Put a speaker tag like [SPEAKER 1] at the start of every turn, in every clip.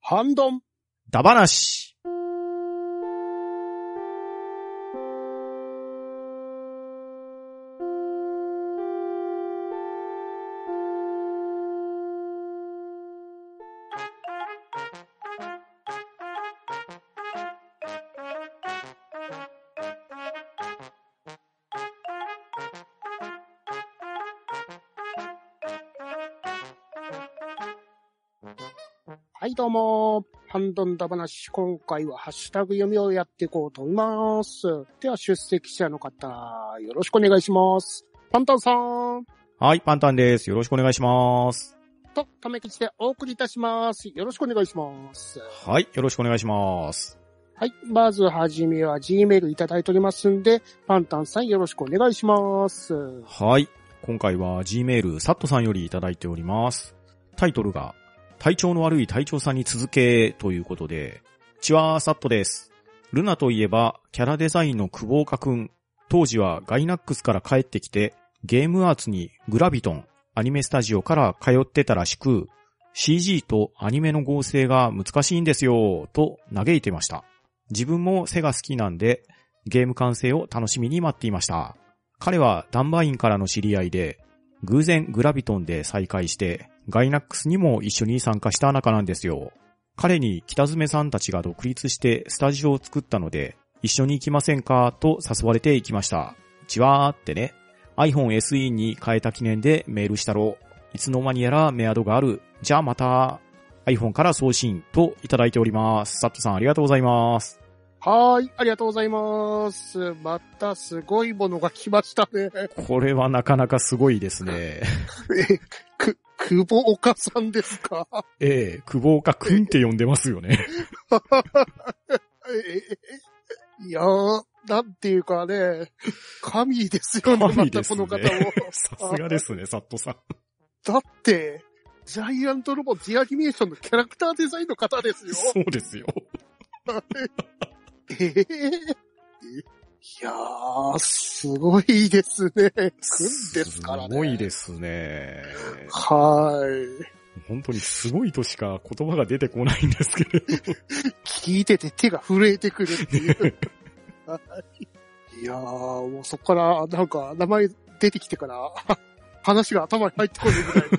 [SPEAKER 1] ハンドン。
[SPEAKER 2] ダバなし。
[SPEAKER 1] はい、どうも。ハンドンダ話。今回はハッシュタグ読みをやっていこうと思います。では、出席者の方、よろしくお願いします。パンタンさん
[SPEAKER 2] はい、パンタンです。よろしくお願いします。
[SPEAKER 1] と、ため口でお送りいたします。よろしくお願いします。
[SPEAKER 2] はい、よろしくお願いします。
[SPEAKER 1] はい。まずはじめは Gmail いただいておりますんで、パンタンさんよろしくお願いします。
[SPEAKER 2] はい。今回は Gmail、サットさんよりいただいております。タイトルが、体調の悪い隊長さんに続け、ということで、チワーサットです。ルナといえば、キャラデザインの久保岡くん。当時はガイナックスから帰ってきて、ゲームアーツにグラビトン、アニメスタジオから通ってたらしく、CG とアニメの合成が難しいんですよ、と嘆いてました。自分も背が好きなんで、ゲーム完成を楽しみに待っていました。彼はダンバインからの知り合いで、偶然グラビトンで再会して、ガイナックスにも一緒に参加した仲なんですよ。彼に北爪さんたちが独立してスタジオを作ったので、一緒に行きませんかと誘われて行きました。ちわーってね。iPhone SE に変えた記念でメールしたろ。いつの間にやらメアドがある。じゃあまた。iPhone から送信といただいております。サットさんありがとうございます。
[SPEAKER 1] はい。ありがとうございます。またすごいものが来ましたね。
[SPEAKER 2] これはなかなかすごいですね。
[SPEAKER 1] え、く、久保岡さんですか
[SPEAKER 2] ええ、久保岡くんって呼んでますよね。
[SPEAKER 1] えいやー、なんていうかね、神ですよね、ま
[SPEAKER 2] 神で
[SPEAKER 1] た
[SPEAKER 2] す
[SPEAKER 1] こ
[SPEAKER 2] ね
[SPEAKER 1] の方も。
[SPEAKER 2] さすがですね、サットさん。
[SPEAKER 1] だって、ジャイアントロボジアニメーションのキャラクターデザインの方ですよ。
[SPEAKER 2] そうですよ。
[SPEAKER 1] えーいやー、すごいですね。くんですからね。
[SPEAKER 2] すごいですね。
[SPEAKER 1] はーい。
[SPEAKER 2] 本当にすごいとしか言葉が出てこないんですけれど。
[SPEAKER 1] 聞いてて手が震えてくるっていう。はいいやー、もうそこから、なんか、名前出てきてから、話が頭に入ってこないぐらい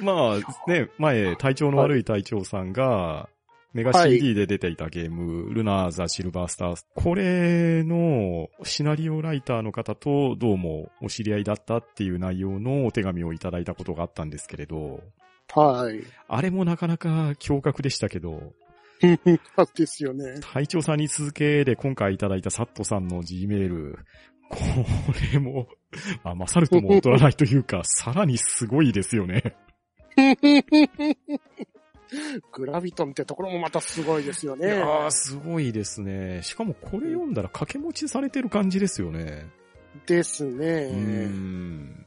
[SPEAKER 1] に。
[SPEAKER 2] まあ、ね、前、体調の悪い隊長さんが、メガ
[SPEAKER 1] はい
[SPEAKER 2] CD で出ていたゲーム、ルナーザ・シルバースターズ。これのシナリオライターの方とどうもお知り合いだったっていう内容のお手紙をいただいたことがあったんですけれど、
[SPEAKER 1] はい。
[SPEAKER 2] あれもなかなか驚愕でしたけど、
[SPEAKER 1] なんですよね。
[SPEAKER 2] 隊長さんに続けで今回いただいたサットさんの G メール。これも、 あ、まさるとも劣らないというか、さらにすごいですよね。
[SPEAKER 1] グラビトンってところもまたすごいですよ
[SPEAKER 2] い
[SPEAKER 1] ね。
[SPEAKER 2] やー、すごいですね。しかもこれ読んだら掛け持ちされてる感じですよね。
[SPEAKER 1] です
[SPEAKER 2] う
[SPEAKER 1] ね。
[SPEAKER 2] ん。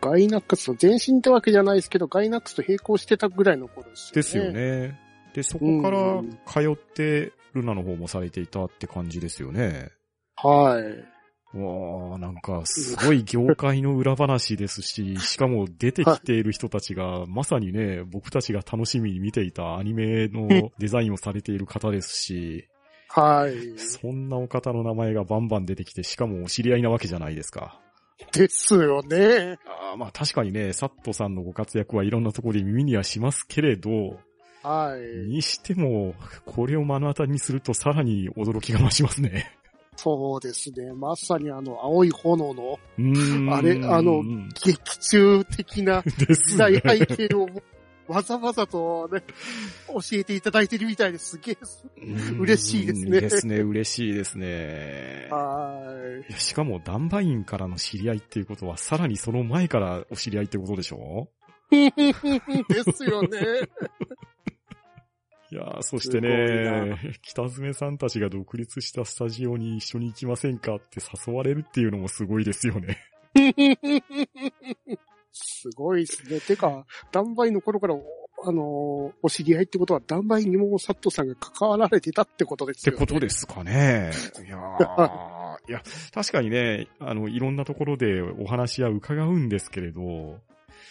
[SPEAKER 1] ガイナックスと前身ってわけじゃないですけど、ガイナックスと並行してたぐらいの頃ですよね。
[SPEAKER 2] ですよ。ね。で、そこから通って、ルナの方もされていたって感じですよね。
[SPEAKER 1] はい。
[SPEAKER 2] わあ、なんか、すごい業界の裏話で すし、しかも出てきている人たちが、まさにね、僕たちが楽しみに見ていたアニメのデザインをされている方ですし、
[SPEAKER 1] はい。
[SPEAKER 2] そんなお方の名前がバンバン出てきて、しかもお知り合いなわけじゃないですか。
[SPEAKER 1] ですよね。
[SPEAKER 2] あーまあ確かにね、サットさんのご活躍はいろんなところで耳にはしますけれど、
[SPEAKER 1] はい。
[SPEAKER 2] にしても、これを目の当たりにするとさらに驚きが増しますね。
[SPEAKER 1] そうですね。まさにあの、青い炎の
[SPEAKER 2] うーん。
[SPEAKER 1] あれあの劇中的な
[SPEAKER 2] です
[SPEAKER 1] 時
[SPEAKER 2] ね
[SPEAKER 1] 代背景をわざわざと ね、教えていただいてるみたいですげえです。 嬉しいですね
[SPEAKER 2] うんですね、嬉しいですね。
[SPEAKER 1] はい
[SPEAKER 2] やしかも、ダンバインからの知り合いっていうことは、さらにその前からお知り合いってことでしょ
[SPEAKER 1] い。ですよね。
[SPEAKER 2] いやーそし
[SPEAKER 1] すご
[SPEAKER 2] てね、北爪さんたちが独立したスタジオに一緒に行きませんかって誘われるっていうのもすごいで すよね。
[SPEAKER 1] すごいですね。てか、ダンバイの頃から、あのーお知り合いってことは、ダンバイにもサットさんが関わられてたってことです
[SPEAKER 2] って
[SPEAKER 1] よね。
[SPEAKER 2] ことですかね。いやーいや、確かにね、あの、いろんなところでお話は伺うんですけれど、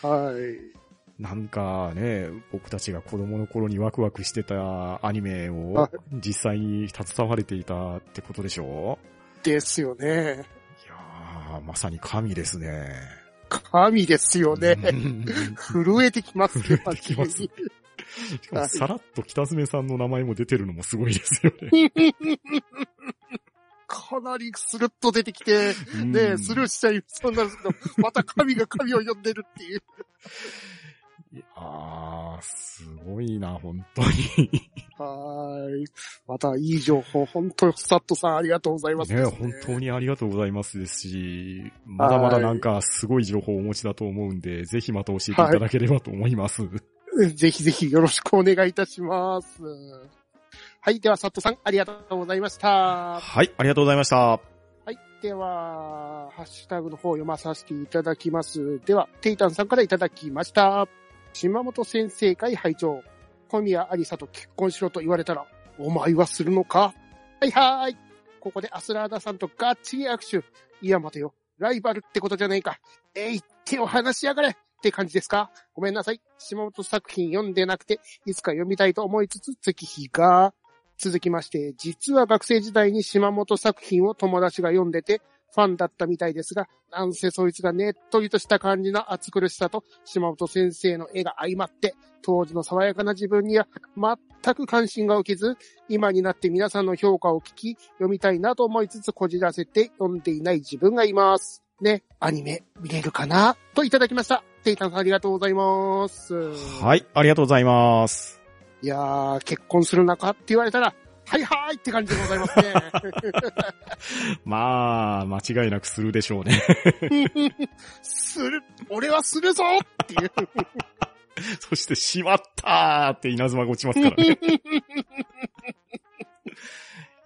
[SPEAKER 1] はい。
[SPEAKER 2] なんかね、僕たちが子供の頃にワクワクしてたアニメ
[SPEAKER 1] は
[SPEAKER 2] を実際に携われていたってことでしょ
[SPEAKER 1] ですよね。
[SPEAKER 2] ういやー、まさに神ですね。
[SPEAKER 1] 神ですよね。
[SPEAKER 2] うん
[SPEAKER 1] 震えてきますね、
[SPEAKER 2] 震えてきます
[SPEAKER 1] 急
[SPEAKER 2] しかもさらっと北爪さんの名前も出てるのもすごいですよね。
[SPEAKER 1] にかなりスルッと出てきて、ね、スルーしちゃいそうになるんですけど、また神が神を呼んでるっていう。
[SPEAKER 2] あー、すごいな、本当に。
[SPEAKER 1] はーい。またいい情報、本当サットさんありがとうございます、
[SPEAKER 2] ね、本当にありがとうございますですし、まだまだなんかすごい情報をお持ちだと思うんで、ぜひまた教えていただければと思います。
[SPEAKER 1] ぜひぜひよろしくお願いいたします。はい。では、サットさん、ありがとうございました。
[SPEAKER 2] はい、ありがとうございました。
[SPEAKER 1] はい。では、ハッシュタグの方を読まさせていただきます。では、テイタンさんからいただきました。島本先生会会長、小宮ありさと結婚しろと言われたら、お前はするのかはいはーい。ここでアスラーダさんとがっちり握手。いや、待てよ。ライバルってことじゃないか。えい、手を離しやがれって感じですかごめんなさい。島本作品読んでなくて、いつか読みたいと思いつつ、月日が。続きまして、実は学生時代に島本作品を友達が読んでて、ファンだったみたいですが、なんせそいつがねっとりとした感じの暑苦しさと島本先生の絵が相まって、当時の爽やかな自分には全く関心が起きず、今になって皆さんの評価を聞き、読みたいなと思いつつこじらせて読んでいない自分がいます。ね、アニメ見れるかなといただきました。テイタンさんありがとうございます。
[SPEAKER 2] はい、ありがとうございます。
[SPEAKER 1] いやー、結婚するのかって言われたら、はいはーいって感じでございますね。
[SPEAKER 2] まあ、間違いなくするでしょう ね。
[SPEAKER 1] する、俺はするぞっていう。
[SPEAKER 2] そして、しまったーって稲妻が落ちますから ね。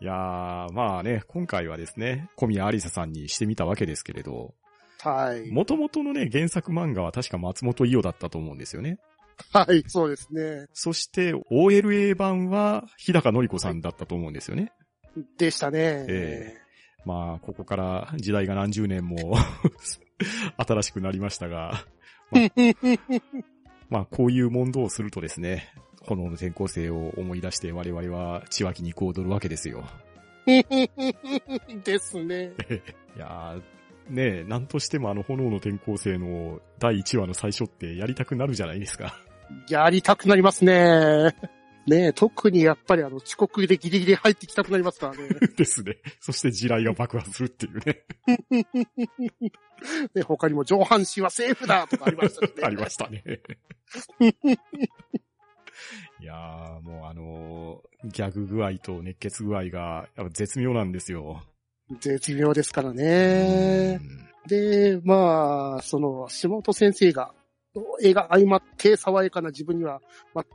[SPEAKER 2] いやー、まあね、今回はですね、小宮ありささんにしてみたわけですけれど、
[SPEAKER 1] はい。
[SPEAKER 2] 元々のね、原作漫画は確か松本伊代だったと思うんですよね。
[SPEAKER 1] はい、そうですね。
[SPEAKER 2] そして、OLA 版は、日高のり子さんだったと思うんですよね。
[SPEAKER 1] でしたね。
[SPEAKER 2] えまあ、ここから時代が何十年も 新しくなりましたが、まあ、こういう問答をするとですね、炎の転校生を思い出して我々は血湧き肉を踊るわけですよ。
[SPEAKER 1] ですね。
[SPEAKER 2] いやー、ねえ、なんとしてもあの炎の転校生の第1話の最初ってやりたくなるじゃないですか。
[SPEAKER 1] やりたくなりますね。ねえ特にやっぱりあの、遅刻でギリギリ入ってきたくなりますからね。
[SPEAKER 2] ですね。そして地雷が爆発するっていうね。
[SPEAKER 1] ね他にも上半身はセーフだとかありましたしね。
[SPEAKER 2] ありましたね。いやー、もうあのーギャグ具合と熱血具合が、やっぱ絶妙なんですよ。
[SPEAKER 1] 絶妙ですから
[SPEAKER 2] え
[SPEAKER 1] ね。で、まあ、その、下本先生が、絵が相まって爽やかな自分には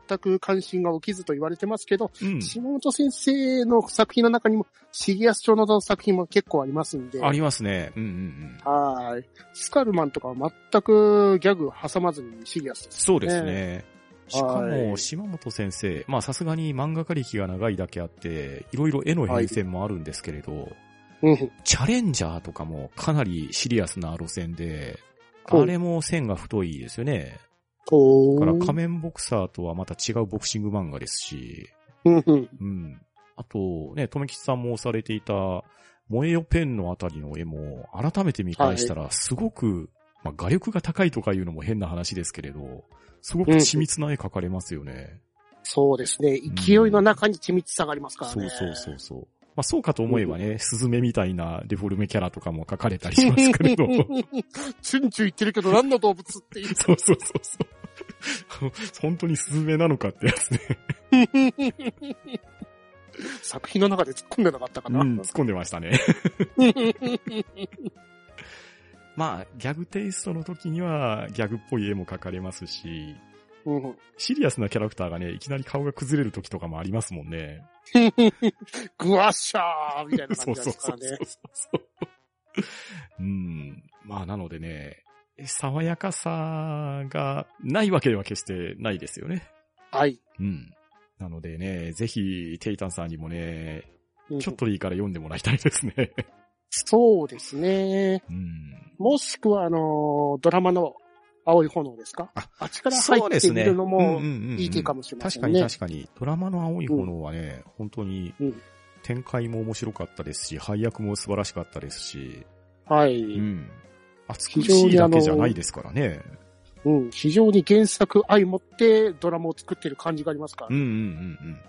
[SPEAKER 1] 全く関心が起きずと言われてますけど、
[SPEAKER 2] うん。
[SPEAKER 1] 下本先生の作品の中にもシリアス調の作品も結構ありますんで、
[SPEAKER 2] あ
[SPEAKER 1] は
[SPEAKER 2] りますね。うんうんうん。
[SPEAKER 1] ーい。スカルマンとかは全くギャグ挟まずにシリアスです。
[SPEAKER 2] そうですね。しか
[SPEAKER 1] は
[SPEAKER 2] も、
[SPEAKER 1] い
[SPEAKER 2] 島本先生、まあさすがに漫画家歴が長いだけあって、いろいろ絵の変遷もあるんですけれど、
[SPEAKER 1] うん。
[SPEAKER 2] チャレンジャーとかもかなりシリアスな路線で、
[SPEAKER 1] ほう
[SPEAKER 2] あれも線が太いですよね。
[SPEAKER 1] こ
[SPEAKER 2] だから
[SPEAKER 1] う。
[SPEAKER 2] 仮面ボクサーとはまた違うボクシング漫画ですし、
[SPEAKER 1] うんうん。
[SPEAKER 2] うん。あと、ね、とめきちさんも推されていた、萌えよペンのあたりの絵も、改めて見返したら、すごく、まあ、画力が高いとかいうのも変な話ですけれど、すごく緻密な絵描かれますよね。
[SPEAKER 1] そうですね。勢いの中に緻密さがありますから
[SPEAKER 2] そ
[SPEAKER 1] ね。
[SPEAKER 2] うそうそうそう。まあ、そうかと思えばね、スズメみたいなデフォルメキャラとかも描かれたりしますけ れど、
[SPEAKER 1] チュンチュン言ってるけど何の動物っていう。
[SPEAKER 2] そうそうそうそう。あの 本当にスズメなのかってやつね。
[SPEAKER 1] 作品の中で突っ込んでなかったかな。
[SPEAKER 2] うん、突っ込んでましたね。 まあ、ギャグテイストの時には、ギャグっぽい絵も描かれますし、
[SPEAKER 1] うん
[SPEAKER 2] シリアスなキャラクターがね、いきなり顔が崩れる時とかもありますもんね。
[SPEAKER 1] グワッシャーみたいな
[SPEAKER 2] そ
[SPEAKER 1] 感
[SPEAKER 2] う
[SPEAKER 1] じなんで
[SPEAKER 2] そう
[SPEAKER 1] す
[SPEAKER 2] そ
[SPEAKER 1] から
[SPEAKER 2] うそう
[SPEAKER 1] ね。
[SPEAKER 2] そう。うん。まあ、なのでね、爽やかさがないわけでは決してないですよね。
[SPEAKER 1] はい。
[SPEAKER 2] うん。なのでね、ぜひ、テイタンさんにもね、
[SPEAKER 1] うん
[SPEAKER 2] ちょっとでいいから読んでもらいたいですね。
[SPEAKER 1] そうですね。
[SPEAKER 2] うん。
[SPEAKER 1] もしくは、あの、ドラマの青い炎ですか
[SPEAKER 2] あ
[SPEAKER 1] あっちから入ってみるのも、いい手か
[SPEAKER 2] も
[SPEAKER 1] もしれませ
[SPEAKER 2] 確
[SPEAKER 1] ん
[SPEAKER 2] か
[SPEAKER 1] ね。
[SPEAKER 2] に確かに。ドラマの青い炎はね、本当に
[SPEAKER 1] うん、
[SPEAKER 2] 展開も面白かったですし、配役も素晴らしかったですし、
[SPEAKER 1] はい、う
[SPEAKER 2] う
[SPEAKER 1] ん。
[SPEAKER 2] ん。熱苦しいだけじゃないですからね。
[SPEAKER 1] 非常に原作愛持ってドラマを作ってる感じがありますか
[SPEAKER 2] う
[SPEAKER 1] ら。
[SPEAKER 2] んうんうん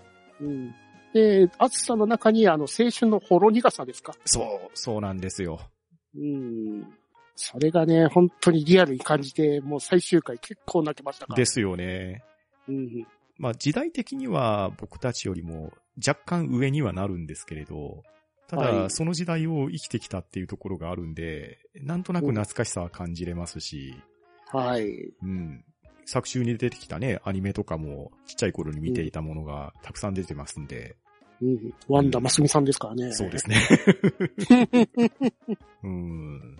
[SPEAKER 2] うん。
[SPEAKER 1] うん。で、暑さの中に、あの、青春のほろ苦さですか
[SPEAKER 2] そう、そうなんですよ。
[SPEAKER 1] うん。それがね、本当にリアルに感じて、もう最終回結構泣けましたから。
[SPEAKER 2] ですよね。
[SPEAKER 1] うん。
[SPEAKER 2] まあ時代的には僕たちよりも若干上にはなるんですけれど、た
[SPEAKER 1] は
[SPEAKER 2] だ
[SPEAKER 1] い
[SPEAKER 2] その時代を生きてきたっていうところがあるんで、なんとなく懐かしさは感じれますし、
[SPEAKER 1] はい。
[SPEAKER 2] うん。作中に出てきたね、アニメとかもちっちゃい頃に見ていたものがたくさん出てますんで、
[SPEAKER 1] うん。ワンダ・マスミさんですからね。
[SPEAKER 2] そうで すね。うん。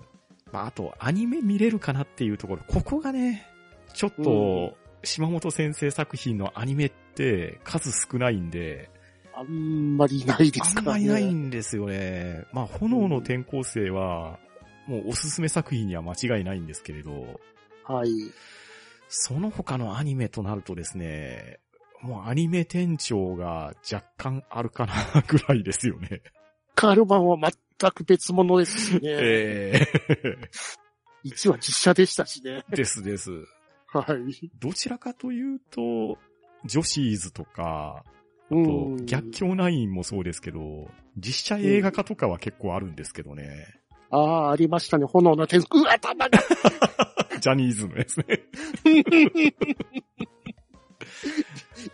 [SPEAKER 2] まああとアニメ見れるかなっていうところ、ここがね、ちょっと、島本先生作品のアニメって数少ないんで、
[SPEAKER 1] あんまりないです
[SPEAKER 2] あ
[SPEAKER 1] か
[SPEAKER 2] んま
[SPEAKER 1] ら
[SPEAKER 2] り
[SPEAKER 1] ね。
[SPEAKER 2] ないんですよね。まあ、炎の転校生は、もうおすすめ作品には間違いないんですけれど、
[SPEAKER 1] はい。
[SPEAKER 2] その他のアニメとなるとですね、もうアニメ店長が若干あるかなぐらいですよね。
[SPEAKER 1] カール版は全く別物ですしね。
[SPEAKER 2] え
[SPEAKER 1] 1は実写でしたしね。
[SPEAKER 2] えですです。
[SPEAKER 1] はい。
[SPEAKER 2] どちらかというと、ジョシーズとか、
[SPEAKER 1] う
[SPEAKER 2] と
[SPEAKER 1] ん。
[SPEAKER 2] 逆境ナインもそうですけど、実写映画化とかは結構あるんですけどね。
[SPEAKER 1] ああ、ありましたね。炎の天空。うわ、頭が
[SPEAKER 2] ジャニーズのやつね。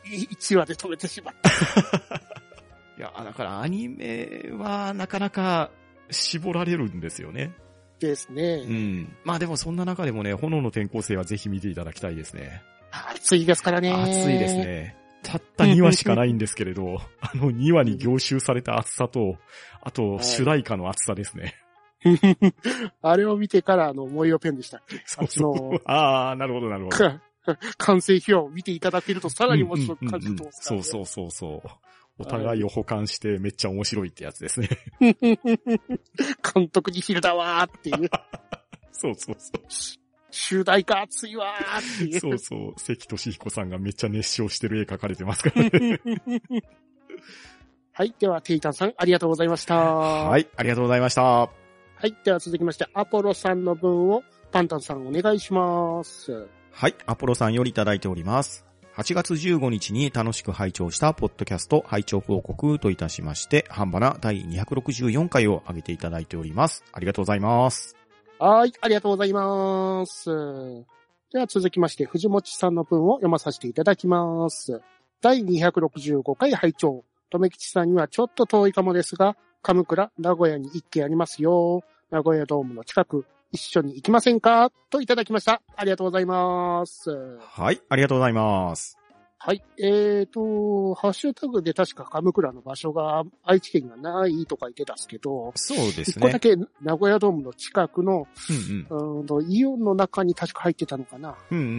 [SPEAKER 1] !1 話で止めてしまった。
[SPEAKER 2] いや、だからアニメはなかなか絞られるんですよね。
[SPEAKER 1] ですね。
[SPEAKER 2] うん。まあでもそんな中でもね、炎の転校生はぜひ見ていただきたいですね。
[SPEAKER 1] 暑いですからね。
[SPEAKER 2] 暑いです。ね。たった2話しかないんですけれど、 あの2話に凝集された暑さと、あと
[SPEAKER 1] はい
[SPEAKER 2] 主題歌の暑さですね。
[SPEAKER 1] あれを見てから、あの、燃えよペンでしたっけ
[SPEAKER 2] そうそう。ああ、なるほどなるほど。
[SPEAKER 1] か完成表を見ていただけるとさらに面白く感じると思
[SPEAKER 2] そう
[SPEAKER 1] う
[SPEAKER 2] そうそうそう。お互いを補完してめっちゃ面白いってやつですね。
[SPEAKER 1] から。監督に昼だわーって いう。
[SPEAKER 2] そうそうそう。
[SPEAKER 1] 集大化熱いわーっていう。
[SPEAKER 2] そうそう。関俊彦さんがめっちゃ熱唱してる絵描かれてますからね。
[SPEAKER 1] はい。では、テイタンさん、ありがとうございました。
[SPEAKER 2] は
[SPEAKER 1] はい。
[SPEAKER 2] い、ありがとうございました。
[SPEAKER 1] では、続きまして、アポロさんの分を、パンタンさん、お願いします。
[SPEAKER 2] はい、アポロさんよりいただいております。8月15日に楽しく拝聴したポッドキャスト拝聴報告といたしまして、ハンバナ第264回を上げていただいております。ありがとうございます。
[SPEAKER 1] はい。ありがとうございます。では、続きまして、藤持さんの分を読まさせていただきます。第265回拝聴。とめきちさんにはちょっと遠いかもですが、鎌倉、名古屋に一軒ありますよ。名古屋ドームの近く、一緒に行きませんかといただきました。ありがとうございます。
[SPEAKER 2] はい、ありがとうございます。
[SPEAKER 1] はい。えっ、と、ハッシュタグで確か鎌倉の場所が愛知県にはないとか言ってたんですけど、
[SPEAKER 2] そうで
[SPEAKER 1] 一
[SPEAKER 2] す
[SPEAKER 1] 個だ
[SPEAKER 2] ね。
[SPEAKER 1] け名古屋ドームの近くの、
[SPEAKER 2] うんうん。
[SPEAKER 1] うーんとイオンの中に確か入ってたのかな。
[SPEAKER 2] うんうんう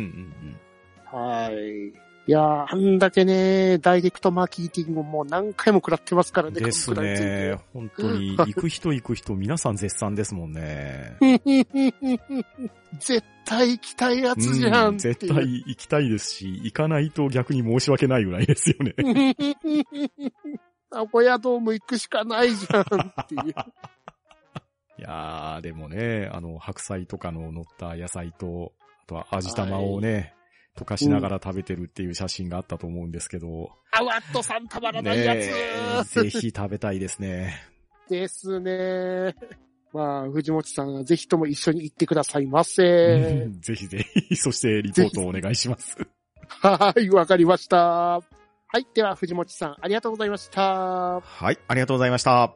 [SPEAKER 2] ん
[SPEAKER 1] はい。いやー、あんだけね、ダイレクトマーケティングも何回も食らってますか
[SPEAKER 2] う
[SPEAKER 1] ら
[SPEAKER 2] ん。
[SPEAKER 1] ね、
[SPEAKER 2] です
[SPEAKER 1] 鎌倉について
[SPEAKER 2] ね。本当に、 行く人行く人、皆さん絶賛ですもんね。
[SPEAKER 1] 絶対行きたいやつじゃ
[SPEAKER 2] うんん
[SPEAKER 1] っていう。
[SPEAKER 2] 絶対行きたいですし、行かないと逆に申し訳ないぐらいですよね。
[SPEAKER 1] 名古屋ドーム行くしかないじゃんって いう。
[SPEAKER 2] いやー、でもね、あの、白菜とかの乗った野菜と、あとは味玉をね、溶かしながら食べてるっていう写真があったと思うんですけど、
[SPEAKER 1] アワットさんたまらないや
[SPEAKER 2] ねえ
[SPEAKER 1] つ、
[SPEAKER 2] ぜひ食べたいですね。
[SPEAKER 1] ですね。まあ、藤本さん、ぜひとも一緒に行ってくださいませ。
[SPEAKER 2] ぜひぜひ、そしてリポートをお願いします。
[SPEAKER 1] はい、わかりました。はい、では藤本さん、ありがとうございました。は
[SPEAKER 2] はい、ありがとうございました。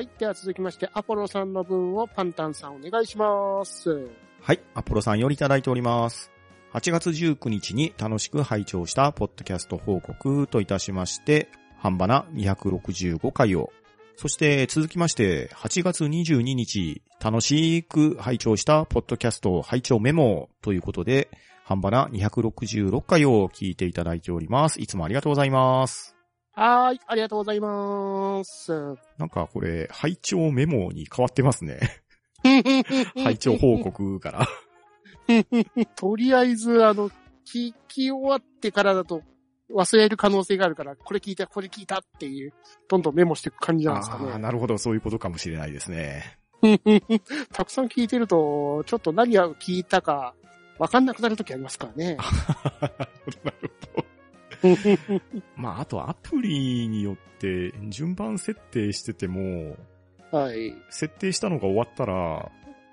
[SPEAKER 1] い、では続きまして、アポロさんの分をパンタンさんお願いします。
[SPEAKER 2] はい、アポロさんよりいただいております。8月19日に楽しく拝聴したポッドキャスト報告といたしまして、半ばな265回を、そして続きまして8月22日、楽しく拝聴したポッドキャスト拝聴メモということで、半ばな266回を聞いていただいております。いつもありがとうございます。
[SPEAKER 1] はい、ありがとうございます。は
[SPEAKER 2] なんかこれ、 拝聴メモに変わってますね。
[SPEAKER 1] い
[SPEAKER 2] 拝聴報告から。
[SPEAKER 1] とりあえず、あの、聞き終わってからだと忘れる可能性があるから、これ聞いた、これ聞いたっていう、どんどんメモしていく感じじゃないですか
[SPEAKER 2] あー
[SPEAKER 1] ね。
[SPEAKER 2] なるほど、そういうことかもしれないですね。
[SPEAKER 1] たくさん聞いてると、ちょっと何を聞いたか、わかんなくなるときありますからね。
[SPEAKER 2] まあ、あとアプリによって順番設定してても、
[SPEAKER 1] はい。
[SPEAKER 2] 設定したのが終わったら、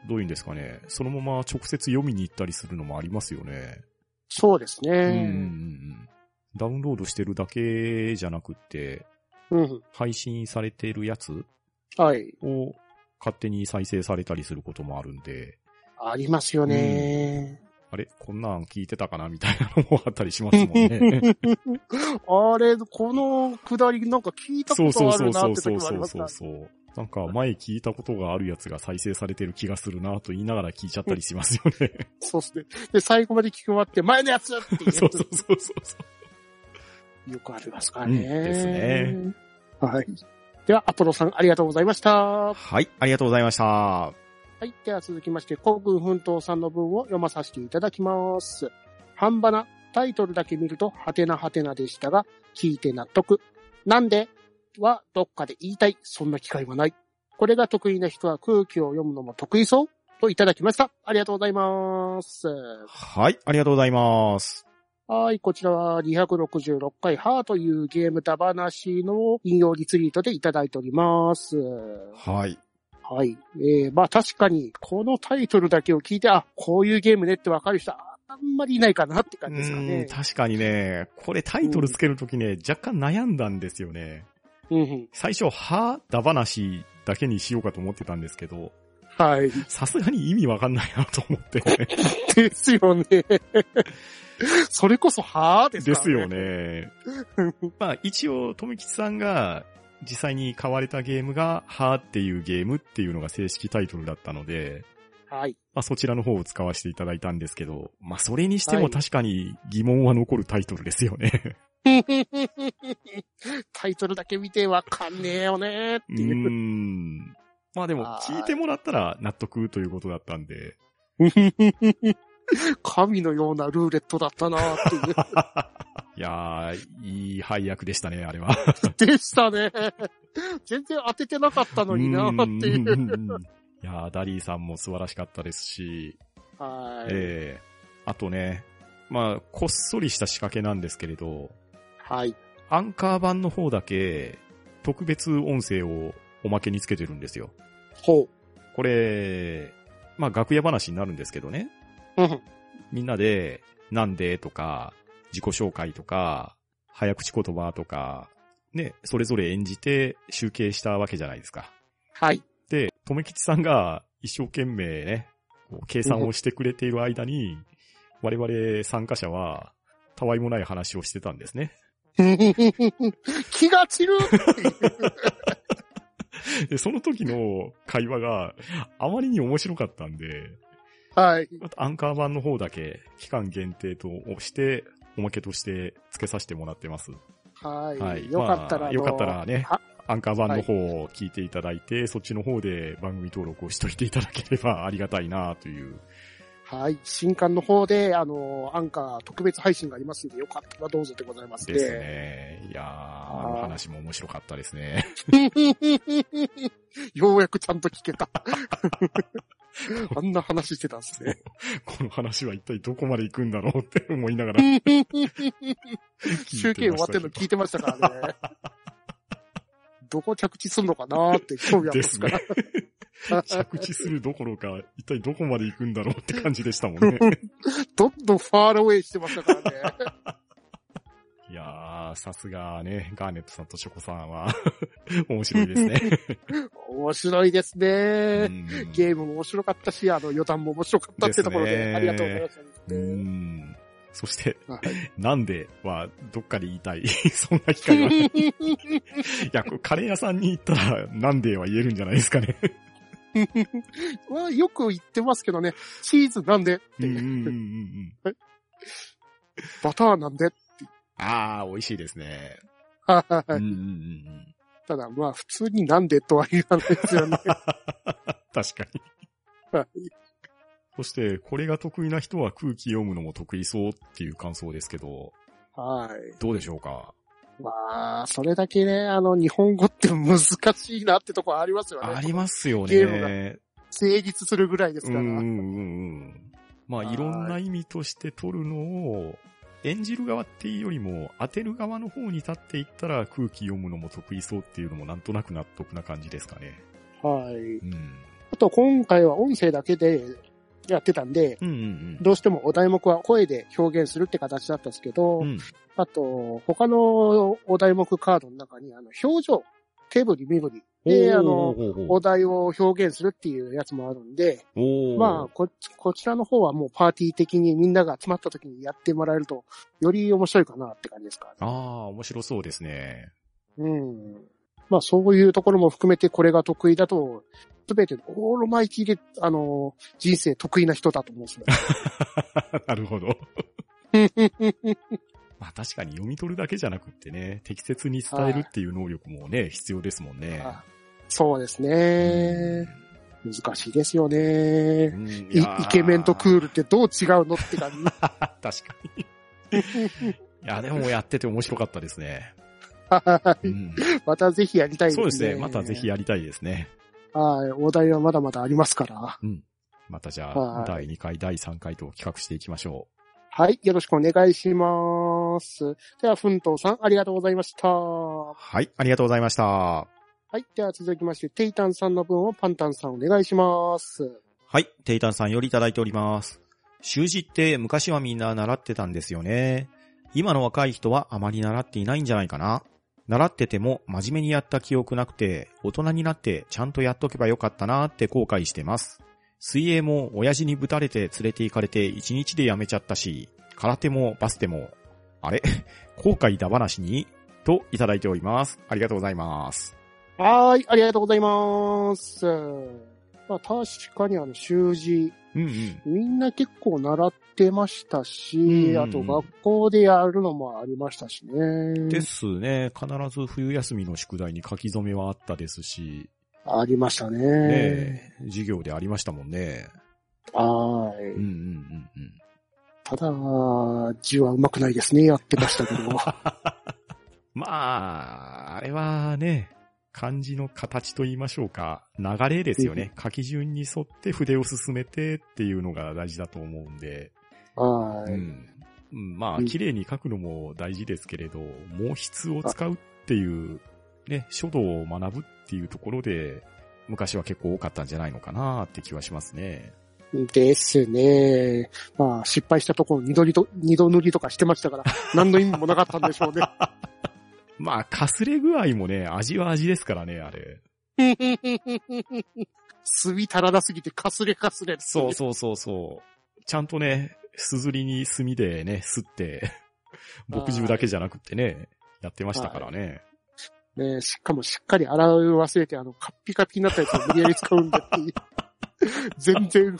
[SPEAKER 2] どういうんですかね、そのまま直接読みに行ったりするのもありますよね。
[SPEAKER 1] そうです
[SPEAKER 2] うんうんう
[SPEAKER 1] ね。
[SPEAKER 2] ん。ダウンロードしてるだけじゃなくって、
[SPEAKER 1] うん。
[SPEAKER 2] 配信されてるやつ
[SPEAKER 1] はい。
[SPEAKER 2] を勝手に再生されたりすることもあるんで、
[SPEAKER 1] ありますよね。
[SPEAKER 2] あれこんなん聞いてたかなみたいなのもあったりしますもん ね。
[SPEAKER 1] あれ、このくだりなんか聞いた
[SPEAKER 2] そ
[SPEAKER 1] こ
[SPEAKER 2] うそ
[SPEAKER 1] と
[SPEAKER 2] う
[SPEAKER 1] あ
[SPEAKER 2] そ
[SPEAKER 1] る
[SPEAKER 2] う
[SPEAKER 1] な
[SPEAKER 2] そ
[SPEAKER 1] っ
[SPEAKER 2] う
[SPEAKER 1] て
[SPEAKER 2] そ
[SPEAKER 1] 時
[SPEAKER 2] う
[SPEAKER 1] もあ
[SPEAKER 2] そ
[SPEAKER 1] りま
[SPEAKER 2] う
[SPEAKER 1] す
[SPEAKER 2] そ
[SPEAKER 1] か
[SPEAKER 2] うなんか前聞いたことがあるやつが再生されてる気がするなと言いながら聞いちゃったりしますよね。
[SPEAKER 1] そうですね。で、最後まで聞き終わって、前のやつっていうやつ
[SPEAKER 2] そうそうそうそうそう。
[SPEAKER 1] よくありますからね。
[SPEAKER 2] うんですね。
[SPEAKER 1] はい。では、アポロさんありがとうございました。は
[SPEAKER 2] はい、ありがとうございました。
[SPEAKER 1] い。では続きまして、古軍奮闘さんの文を読まさせていただきます。半ばな、タイトルだけ見ると、はてなはてなでしたが、聞いて納得。なんでは、どっかで言いたい。そんな機会はない。これが得意な人は空気を読むのも得意そうといただきました。ありがとうございます。
[SPEAKER 2] はい、ありがとうございます。
[SPEAKER 1] はい、こちらは266回ハーというゲームだ話の引用リツイートでいただいております。
[SPEAKER 2] はい。
[SPEAKER 1] はい。えー、まあ確かに、このタイトルだけを聞いて、あ、こういうゲームねってわかる人、ああんまりいないかなって
[SPEAKER 2] う
[SPEAKER 1] 感じですか
[SPEAKER 2] ん、
[SPEAKER 1] ね。
[SPEAKER 2] 確かにね、これタイトルつけるときね、若干悩んだんですよね。
[SPEAKER 1] うんうん。
[SPEAKER 2] 最初、は、だ話だけにしようかと思ってたんですけど、
[SPEAKER 1] はい。
[SPEAKER 2] さすがに意味わかんないなと思って、
[SPEAKER 1] ですよね。 それこそ、はあです
[SPEAKER 2] で
[SPEAKER 1] から
[SPEAKER 2] す よ。ね。まあ一応、富吉さんが実際に買われたゲームが、はーっていうゲームっていうのが正式タイトルだったので、
[SPEAKER 1] はい。
[SPEAKER 2] まあそちらの方を使わせていただいたんですけど、まあそれにして
[SPEAKER 1] は
[SPEAKER 2] も
[SPEAKER 1] い
[SPEAKER 2] 確かに疑問は残るタイトルです よね。
[SPEAKER 1] タイトルだけ見てわかんねえよねって
[SPEAKER 2] う
[SPEAKER 1] いう。
[SPEAKER 2] ーん。まあでも
[SPEAKER 1] はい
[SPEAKER 2] 聞いてもらったら納得ということだったんで、
[SPEAKER 1] 神のようなルーレットだったなっていう。
[SPEAKER 2] いやー、いい配役でしたね、あれは。
[SPEAKER 1] でしたね。全然当ててなかったのになってい
[SPEAKER 2] うん
[SPEAKER 1] う。
[SPEAKER 2] うんうんうんいやーダリーさんも素晴らしかったですし、
[SPEAKER 1] はい。
[SPEAKER 2] ええあとね、まあ、こっそりした仕掛けなんですけれど、
[SPEAKER 1] はい。
[SPEAKER 2] アンカー版の方だけ、特別音声をおまけにつけてるんですよ。
[SPEAKER 1] ほ
[SPEAKER 2] これ、まあ、楽屋話になるんですけどね。
[SPEAKER 1] う。うん。
[SPEAKER 2] みんなで、なんでとか、自己紹介とか、早口言葉とか、ね、それぞれ演じて集計したわけじゃないですか。
[SPEAKER 1] はい。
[SPEAKER 2] で、とめきちさんが一生懸命ね、こう計算をしてくれている間に、我々参加者は、たわいもない話をしてたんですね。
[SPEAKER 1] 気が散るっていう
[SPEAKER 2] で、その時の会話があまりに面白かったんで、
[SPEAKER 1] はい。
[SPEAKER 2] アンカー版の方だけ期間限定として、おまけとして付けさせてもらってます。
[SPEAKER 1] はい。
[SPEAKER 2] はい
[SPEAKER 1] よかったら、
[SPEAKER 2] まあ
[SPEAKER 1] あの
[SPEAKER 2] よかったらね
[SPEAKER 1] は
[SPEAKER 2] アンカー版の方を聞いていただいて、そっちの方で番組登録をしといていただければありがたいなという。
[SPEAKER 1] はい。新刊の方で、あの、アンカー特別配信がありますんで、よかったらどうぞでございますね。
[SPEAKER 2] ですね。いやー、あの話も面白かったですね。
[SPEAKER 1] ようやくちゃんと聞け た。あんな話してたんですね。
[SPEAKER 2] この話は一体どこまで行くんだろうって思いながら。
[SPEAKER 1] 集計終わってるの聞いてましたから ね。どこ着地するのかなって興味ありますから。
[SPEAKER 2] 着地するどころか、一体どこまで行くんだろうって感じでしたもん ね。
[SPEAKER 1] どんどんファールウェイしてましたからね。
[SPEAKER 2] いやー、さすがね、ガーネットさんとショコさんは、 面白いで すね。
[SPEAKER 1] 面白いです
[SPEAKER 2] う
[SPEAKER 1] ね。
[SPEAKER 2] ん
[SPEAKER 1] ゲームも面白かったし、あの、予断も面白かったってところ
[SPEAKER 2] です
[SPEAKER 1] で、
[SPEAKER 2] ね
[SPEAKER 1] ありがとうございましたね。
[SPEAKER 2] うんそして、
[SPEAKER 1] はい
[SPEAKER 2] なんでは、どっかで言いたい。 そんな機 会はない。いや、これカレー屋さんに行ったら、なんでは言えるんじゃないですかね。
[SPEAKER 1] まあ、よく言ってますけどね、チーズなんで、
[SPEAKER 2] うんうんうんうん
[SPEAKER 1] バターなんで、
[SPEAKER 2] あー、美味しいですね。
[SPEAKER 1] は
[SPEAKER 2] うん
[SPEAKER 1] い
[SPEAKER 2] うんうんうん
[SPEAKER 1] ただまあ、普通になんでとは言わないですよね。
[SPEAKER 2] 確かに。そして、これが得意な人は空気読むのも得意そうっていう感想ですけど、
[SPEAKER 1] はい。
[SPEAKER 2] どうでしょうか
[SPEAKER 1] まあ、それだけね、あの、日本語って難しいなってとこありますよね。
[SPEAKER 2] ありますよ
[SPEAKER 1] ゲーム
[SPEAKER 2] ね。
[SPEAKER 1] 成立するぐらいです
[SPEAKER 2] う
[SPEAKER 1] か
[SPEAKER 2] ん
[SPEAKER 1] ら。
[SPEAKER 2] うんうんうん。まあ、
[SPEAKER 1] はい
[SPEAKER 2] いろんな意味として取るのを、演じる側っていうよりも、当てる側の方に立っていったら空気読むのも得意そうっていうのもなんとなく納得な感じですかね。
[SPEAKER 1] はい。
[SPEAKER 2] うん。
[SPEAKER 1] あと、今回は音声だけでやってたんで、
[SPEAKER 2] うんうん
[SPEAKER 1] どうしてもお題目は声で表現するって形だったんですけど、
[SPEAKER 2] うん。うん。
[SPEAKER 1] あと、他のお題目カードの中に、あの、表情、手振り身振りで、あの、
[SPEAKER 2] ほうほうほ
[SPEAKER 1] お
[SPEAKER 2] う
[SPEAKER 1] 題を表現するっていうやつもあるんで、
[SPEAKER 2] おー
[SPEAKER 1] まあこ、こちらの方はもうパーティー的にみんなが集まった時にやってもらえると、より面白いかなって感じですかね。
[SPEAKER 2] ああ、面白そうですね。
[SPEAKER 1] うん。まあ、そういうところも含めてこれが得意だと、すべてのオールマイティで、あの、人生得意な人だと思うんですね。
[SPEAKER 2] なるほど。 まあ確かに読み取るだけじゃなくってね、適切に伝えるっていう能力もね、必要ですもんね。
[SPEAKER 1] あそうですね。難しいですよね。
[SPEAKER 2] うん
[SPEAKER 1] いイケメンとクー
[SPEAKER 2] ル。
[SPEAKER 1] ルってどう違うのって感じ。
[SPEAKER 2] 確かに。いや、でもやってて面白かったで すね。うん
[SPEAKER 1] またぜひやりたいです
[SPEAKER 2] そ
[SPEAKER 1] ね。
[SPEAKER 2] うですね。またぜひやりたいですね。
[SPEAKER 1] はい。お題はまだまだありますから。
[SPEAKER 2] またじゃ
[SPEAKER 1] は
[SPEAKER 2] あ、
[SPEAKER 1] い
[SPEAKER 2] 第2回、第3回と企画していきましょ
[SPEAKER 1] はい。よろしくお願いします。では、奮闘さん、ありがとうございました。
[SPEAKER 2] う。
[SPEAKER 1] は
[SPEAKER 2] はい、ありがとうございました。
[SPEAKER 1] い。では、続きまして、テイタンさんの分をパンタンさんお願いします。
[SPEAKER 2] はい、テイタンさんよりいただいております。習字って昔はみんな習ってたんですよね。今の若い人はあまり習っていないんじゃないかな。習ってても真面目にやった記憶なくて、大人になってちゃんとやっとけばよかったなって後悔してます。水泳も親父にぶたれて連れて行かれて1日でやめちゃったし、空手もバスケも、あれ 後悔だ話にといただいております。ありがとうございます。
[SPEAKER 1] はーい。ありがとうございます。まあ、確かにあの、習字、
[SPEAKER 2] うんうん。
[SPEAKER 1] みんな結構習ってましたし、
[SPEAKER 2] んうん
[SPEAKER 1] あと学校でやるのもありましたしね。
[SPEAKER 2] ですね。必ず冬休みの宿題に書き初めはあったですし、
[SPEAKER 1] ありましたね。
[SPEAKER 2] ねえ、授業でありましたもんね。
[SPEAKER 1] はーい。
[SPEAKER 2] うんうんうんうん。
[SPEAKER 1] ただ、字は上手くないですね。やってましたけ ど。
[SPEAKER 2] まあ、あれはね、漢字の形と言いましょうか、流れですよね。書き順に沿って筆を進めてっていうのが大事だと思うんで。
[SPEAKER 1] はーい。
[SPEAKER 2] うんうんま
[SPEAKER 1] う
[SPEAKER 2] あ、
[SPEAKER 1] ん
[SPEAKER 2] 綺麗に書くのも大事ですけれど、毛筆を使うっていう、ね、書道を学ぶっていうところで、昔は結構多かったんじゃないのかなって気はしますね。
[SPEAKER 1] ですね。まあ、失敗したところ二度りと、二度塗りとかしてましたから、何の意味もなかったんでしょう ね。
[SPEAKER 2] まあ、かすれ具合もね、味は味ですからね、あれ。
[SPEAKER 1] すみ足らなすぎて、かすれかすれですね、
[SPEAKER 2] そうそうそうそう。ちゃんとね、すずりに炭でね、す って、墨汁だけじゃなくってね、やってましたからね。
[SPEAKER 1] ねえしかもしっかり洗い忘れて、あの、カッピカピになったやつを無理やり使うんだっていう。全然、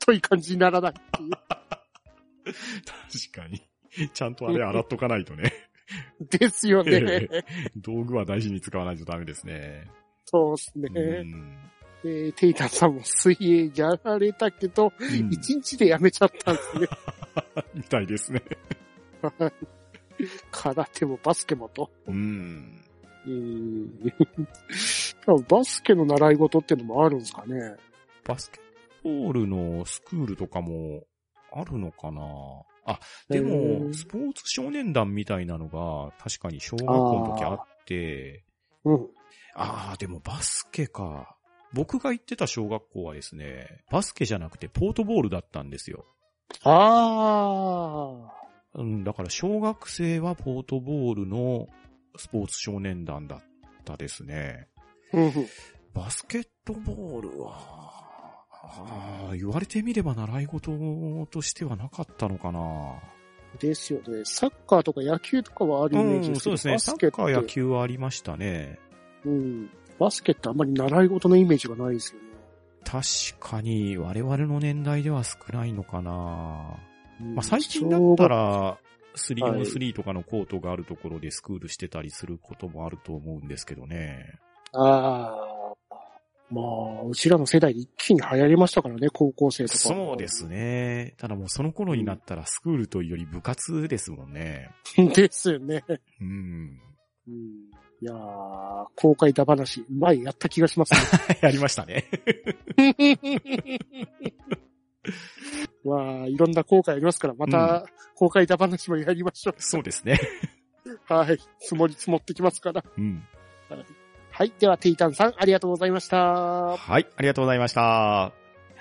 [SPEAKER 1] 太い感じにならないっていう。
[SPEAKER 2] 確かに。ちゃんとあれ洗っとかないと ね。
[SPEAKER 1] ですよね
[SPEAKER 2] え。道具は大事に使わないとダメですね。
[SPEAKER 1] そうですね
[SPEAKER 2] う。ん。
[SPEAKER 1] えーテイタンさんも水泳やられたけど、
[SPEAKER 2] うん
[SPEAKER 1] 一日でやめちゃったんです ね。
[SPEAKER 2] みたいですね。
[SPEAKER 1] 空手もバスケもと。
[SPEAKER 2] うん。
[SPEAKER 1] うー んバスケの習い事ってのもあるんですかね。
[SPEAKER 2] バスケットボールのスクールとかもあるのかなあ、で
[SPEAKER 1] う
[SPEAKER 2] も、
[SPEAKER 1] ん
[SPEAKER 2] スポーツ少年団みたいなのが確かに小学校の時あって、
[SPEAKER 1] うん。
[SPEAKER 2] ああ、でもバスケか。僕が行ってた小学校はですね、バスケじゃなくてポートボールだったんですよ。
[SPEAKER 1] ああ。
[SPEAKER 2] うん、だから小学生はポートボールのスポーツ少年団だったですね。
[SPEAKER 1] うん。
[SPEAKER 2] バスケットボールは、あー言われてみれば習い事としてはなかったのかな。
[SPEAKER 1] ですよね。サッカーとか野球とかはあるイ
[SPEAKER 2] う
[SPEAKER 1] メージで
[SPEAKER 2] ん、
[SPEAKER 1] すけ
[SPEAKER 2] そう
[SPEAKER 1] ど、
[SPEAKER 2] ですね。
[SPEAKER 1] バ
[SPEAKER 2] サ
[SPEAKER 1] スケ
[SPEAKER 2] ッ
[SPEAKER 1] って
[SPEAKER 2] カー、野球はありましたね。
[SPEAKER 1] うん。バスケってあんまり習い事のイメージがないですよね。
[SPEAKER 2] 確かに我々の年代では少ないのかな。
[SPEAKER 1] うん
[SPEAKER 2] まあ、最近だった、
[SPEAKER 1] 小
[SPEAKER 2] ら、3on3 とかのコートがあるところでスクールしてたりすることもあると思うんですけどね。
[SPEAKER 1] 学ああ。まあ、うちらの世代で一気に流行りましたからね、高校生とか。
[SPEAKER 2] そうで。すね。ただもうその頃になったらスクールというより部活ですもんね。
[SPEAKER 1] ですよね。
[SPEAKER 2] うん。
[SPEAKER 1] うん、いやー、公開だ話、前やった気がしますね。
[SPEAKER 2] やりましたね。
[SPEAKER 1] まあ、いろんな後悔ありますから、また、公開だ話もやりましょ
[SPEAKER 2] そうですね。
[SPEAKER 1] う。はい。積もり積もってきますから。
[SPEAKER 2] うん。
[SPEAKER 1] はい。では、テイタンさん、ありがとうございました。は
[SPEAKER 2] はい、ありがとうございました。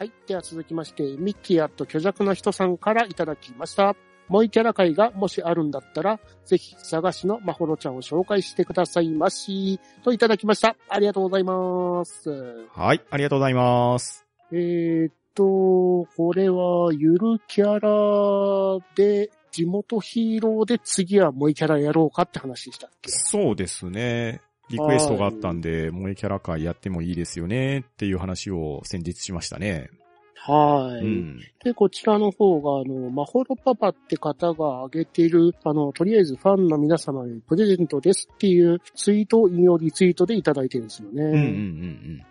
[SPEAKER 1] い。では、続きまして、ミッキーアット巨弱の人さんからいただきました。萌えキャラ会がもしあるんだったら、ぜひ、探しのまほろちゃんを紹介してくださいまし。といただきました。ありがとうございます。
[SPEAKER 2] はい、ありがとうございます。
[SPEAKER 1] えーっと、これは、ゆるキャラで、地元ヒーローで次は萌えキャラやろうかって話でしたっけ
[SPEAKER 2] そうですね。リクエストがあったんで、萌えキャラ会やってもいいですよねっていう話を先日しましたね。
[SPEAKER 1] は
[SPEAKER 2] う
[SPEAKER 1] い、
[SPEAKER 2] ん。
[SPEAKER 1] で、こちらの方が、あの、まほろパパって方が挙げてる、あの、とりあえずファンの皆様にプレゼントですっていうツイートを引用リツイートでいただいてるんですよね。
[SPEAKER 2] うんうんうん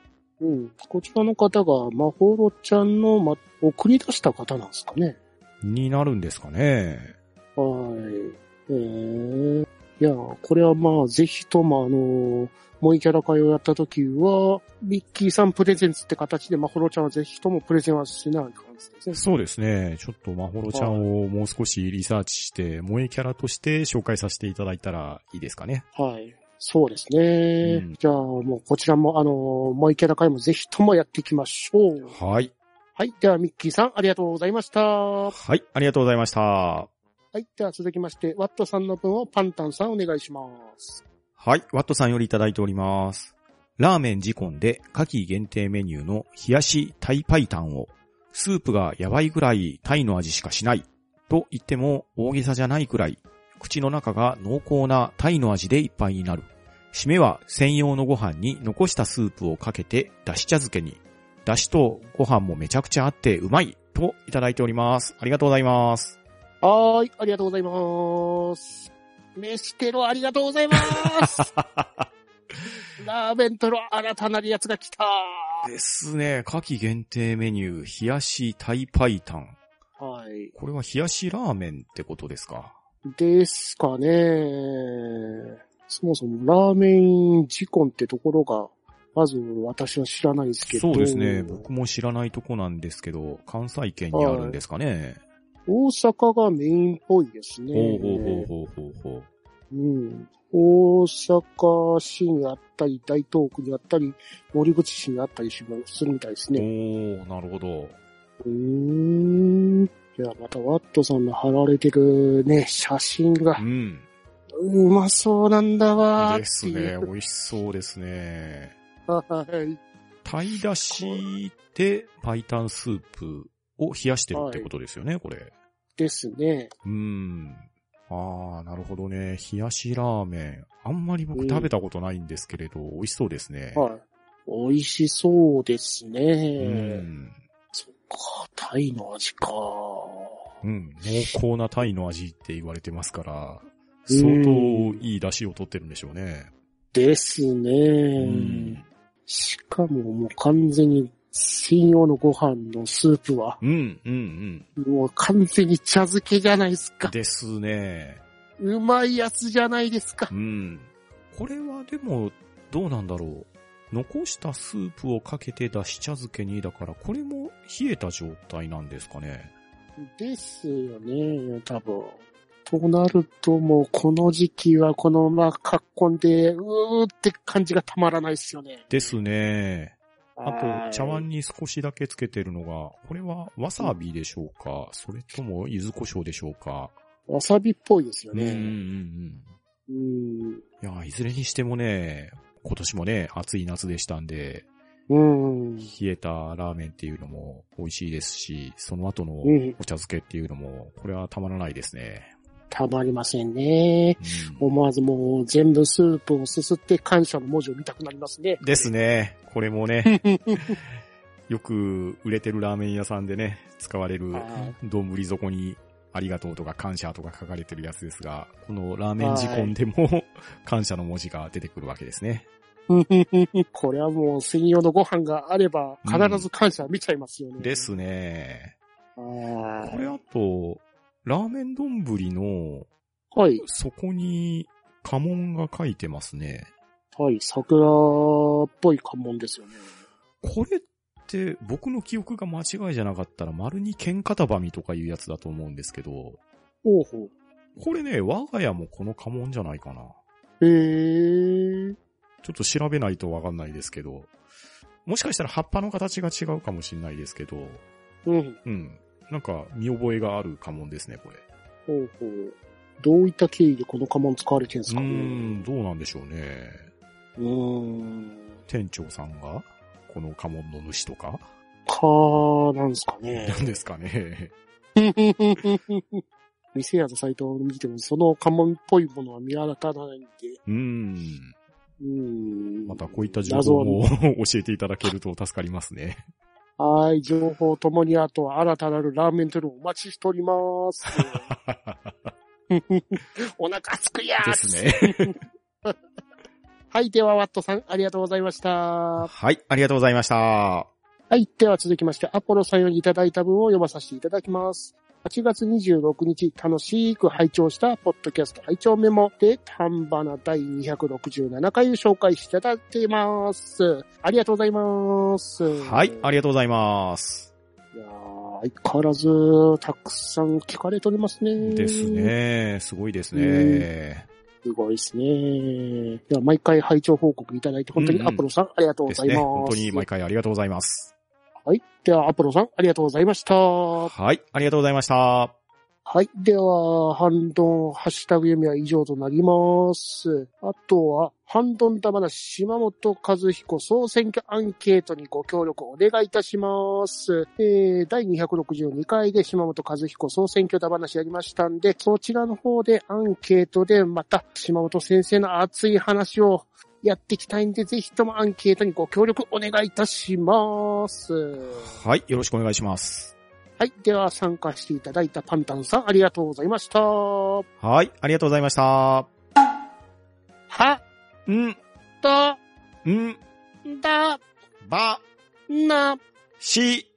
[SPEAKER 1] うん、こちらの方が、まほろちゃんの、ま、送り出した方なんですかね。
[SPEAKER 2] うん。になるんですかね。
[SPEAKER 1] はい。えー、いや、これはまあ、ぜひとも、あの、萌えキャラ会をやった時は、ミッキーさんプレゼンツって形で、まほろちゃんはぜひともプレゼンはしない感じですね。
[SPEAKER 2] そうですね。ちょっとまほろちゃんをもう少しリサーチして、萌えキャラとして紹介させていただいたらいいですかね。
[SPEAKER 1] はい。そうですね。
[SPEAKER 2] うん
[SPEAKER 1] じゃあ、もうこちらも、あの、萌えキャラ会もぜひともやっていきましょう。
[SPEAKER 2] はい。
[SPEAKER 1] はい。では、ミッキーさん、ありがとうございました。は
[SPEAKER 2] はい、ありがとうございました。
[SPEAKER 1] い。では、続きまして、ワットさんの分をパンタンさん、お願いします。
[SPEAKER 2] はい、ワットさんよりいただいております。ラーメン自コンで夏季限定メニューの冷やしタイパイタンを、スープがやばいぐらいタイの味しかしない、と言っても大げさじゃないくらい、口の中が濃厚なタイの味でいっぱいになる。締めは専用のご飯に残したスープをかけて、だし茶漬けに。だしとご飯もめちゃくちゃあってうまい、といただいております。ありがとうございます。
[SPEAKER 1] はーい。ありがとうございます。飯テロ、ありがとうございます。 ラーメントロ、新たなるやつが来た。
[SPEAKER 2] ですね、夏季限定メニュー、冷やしタイパイタン。
[SPEAKER 1] はい。
[SPEAKER 2] これは冷やしラーメンってことですか
[SPEAKER 1] ですかね。そもそもラーメン事故ってところが、まず私は知らないですけど。
[SPEAKER 2] そうですね。僕も知らないとこなんですけど、関西圏にあるんですかね。
[SPEAKER 1] 大阪がメインっぽいですね。
[SPEAKER 2] ほうほうほうほうほうほう。
[SPEAKER 1] うん。大阪市にあったり、大東区にあったり、森口市にあったりするみたいです
[SPEAKER 2] お
[SPEAKER 1] ね。
[SPEAKER 2] ー、なるほど。
[SPEAKER 1] うーん。いや、またワットさんの貼られてるね、写真が
[SPEAKER 2] う、ん。
[SPEAKER 1] うまそうなんだわー
[SPEAKER 2] で
[SPEAKER 1] って
[SPEAKER 2] す
[SPEAKER 1] い
[SPEAKER 2] ね。
[SPEAKER 1] う。
[SPEAKER 2] 美味しそうですね。
[SPEAKER 1] はい。
[SPEAKER 2] 鯛だしで、パイタンスープを冷やしてるってことですよね、これ。
[SPEAKER 1] ですね。
[SPEAKER 2] うん。あー、なるほどね。冷やしラーメン。あんまり僕食べたことないんですけれど、美味しそうですね。
[SPEAKER 1] はい。美味しそうですね。
[SPEAKER 2] うん。
[SPEAKER 1] そっか、タイの味か。
[SPEAKER 2] うん、濃厚なタイの味って言われてますから、
[SPEAKER 1] うん
[SPEAKER 2] 相当いい出汁を取ってるんでしょうね。
[SPEAKER 1] ですね。
[SPEAKER 2] うん。
[SPEAKER 1] しかももう完全に専用のご飯のスープは、
[SPEAKER 2] うん、うん、
[SPEAKER 1] もう完全に茶漬けじゃないです
[SPEAKER 2] うん。
[SPEAKER 1] か。
[SPEAKER 2] ですね。
[SPEAKER 1] うまいやつじゃないですか
[SPEAKER 2] う。ん。これはでも、どうなんだろう。残したスープをかけて出汁茶漬けに、だからこれも冷えた状態なんですかね。
[SPEAKER 1] ですよね、多分。となるともうこの時期はこのまま格好んで、うーって感じがたまらないですよね。
[SPEAKER 2] ですね。あ
[SPEAKER 1] はい
[SPEAKER 2] と、茶碗に少しだけつけてるのが、これはわさびでしょうかそれとも柚子胡椒でしょうか
[SPEAKER 1] わさびっぽいですよ
[SPEAKER 2] うん、うん、う
[SPEAKER 1] ね。
[SPEAKER 2] ん。
[SPEAKER 1] うん。
[SPEAKER 2] いやー、いずれにしてもね、今年もね、暑い夏でしたんで、
[SPEAKER 1] うん。
[SPEAKER 2] 冷えたラーメンっていうのも美味しいですし、その後のお
[SPEAKER 1] うん
[SPEAKER 2] 茶漬けっていうのも、これはたまらないですね。
[SPEAKER 1] たまりませんね。
[SPEAKER 2] うん
[SPEAKER 1] 思わずもう全部スープをすすって感謝の文字を見たくなりますね。
[SPEAKER 2] ですね。これもね、 よく売れてるラーメン屋さんでね、使われる
[SPEAKER 1] はい
[SPEAKER 2] 丼底にありがとうとか感謝とか書かれてるやつですが、このラーメン時間でも感謝の文字が出てくるわけですね。
[SPEAKER 1] これはもう専用のご飯があれば、必ず感謝見ちゃいますよね。
[SPEAKER 2] ですね。
[SPEAKER 1] あ
[SPEAKER 2] こ
[SPEAKER 1] ー。
[SPEAKER 2] れあと、ラーメン丼の
[SPEAKER 1] はい、
[SPEAKER 2] 底に家紋が書いてますね。
[SPEAKER 1] はい、桜っぽい関門ですよね。
[SPEAKER 2] これって僕の記憶が間違いじゃなかったら丸に剣片ばみとかいうやつだと思うんですけど、
[SPEAKER 1] おうほ
[SPEAKER 2] これね、我が家もこの家紋じゃないかな。
[SPEAKER 1] う。へー。
[SPEAKER 2] ちょっと調べないとわかんないですけど、もしかしたら葉っぱの形が違うかもしれないですけど、
[SPEAKER 1] うん。
[SPEAKER 2] うん。なんか見覚えがある家紋ですね、これ。
[SPEAKER 1] ほうほう。どういった経緯でこの家紋使われてるんです
[SPEAKER 2] うー
[SPEAKER 1] かね。
[SPEAKER 2] ん、どうなんでしょうね。
[SPEAKER 1] うーん。
[SPEAKER 2] 店長さんが、この家紋の主とか、
[SPEAKER 1] か、なんですか ね
[SPEAKER 2] な。んですかね。
[SPEAKER 1] 店やサイトを見ても、その家紋っぽいものは見当たらないんで。
[SPEAKER 2] うーん。
[SPEAKER 1] うーん。
[SPEAKER 2] またこういった情報も 教えていただけると助かりますね。
[SPEAKER 1] 謎ははい、情報ともに、あとは新たなるラーメントルお待ちしており ます。お腹すくやー
[SPEAKER 2] です。ね。
[SPEAKER 1] はい、では、ワットさん、ありがとうございました。
[SPEAKER 2] はい、ありがとうございました。
[SPEAKER 1] はい。では続きまして、アポロさんよりいただいた文を読まさせていただきます。8月26日、楽しく拝聴したポッドキャスト拝聴メモで、丹花第267回を紹介していただいています。ありがとうございます。
[SPEAKER 2] はい、あ
[SPEAKER 1] い
[SPEAKER 2] りがとうございます。
[SPEAKER 1] やー相変わらず、たくさん聞かれておりますね。
[SPEAKER 2] です。ね。すごいですね。
[SPEAKER 1] すごいですね。では、毎回拝聴報告いただいて、本当に
[SPEAKER 2] うんうん
[SPEAKER 1] アポロさん、ありがとうご
[SPEAKER 2] です
[SPEAKER 1] ざいま
[SPEAKER 2] ね。
[SPEAKER 1] す。
[SPEAKER 2] 本当に毎回ありがとうございます。
[SPEAKER 1] はい。では、アポロさん、ありがとうございました。
[SPEAKER 2] はい、ありがとうございました。
[SPEAKER 1] はい。では、ハンドン、ハッシュタグ読みは以上となります。あとは、ハンドン玉な島本和彦総選挙アンケートにご協力お願いいたします。えー、第262回で島本和彦総選挙玉なしやりましたんで、そちらの方でアンケートでまた島本先生の熱い話をやっていきたいんで、ぜひともアンケートにご協力お願いいたします。
[SPEAKER 2] はい、よろしくお願いします。
[SPEAKER 1] はい。では、参加していただいたパンタンさん、ありがとうございました。は、
[SPEAKER 2] はい、ありがとうございました。ん、
[SPEAKER 1] と、
[SPEAKER 2] ん、
[SPEAKER 1] だ、
[SPEAKER 2] ば、
[SPEAKER 1] な、
[SPEAKER 2] し、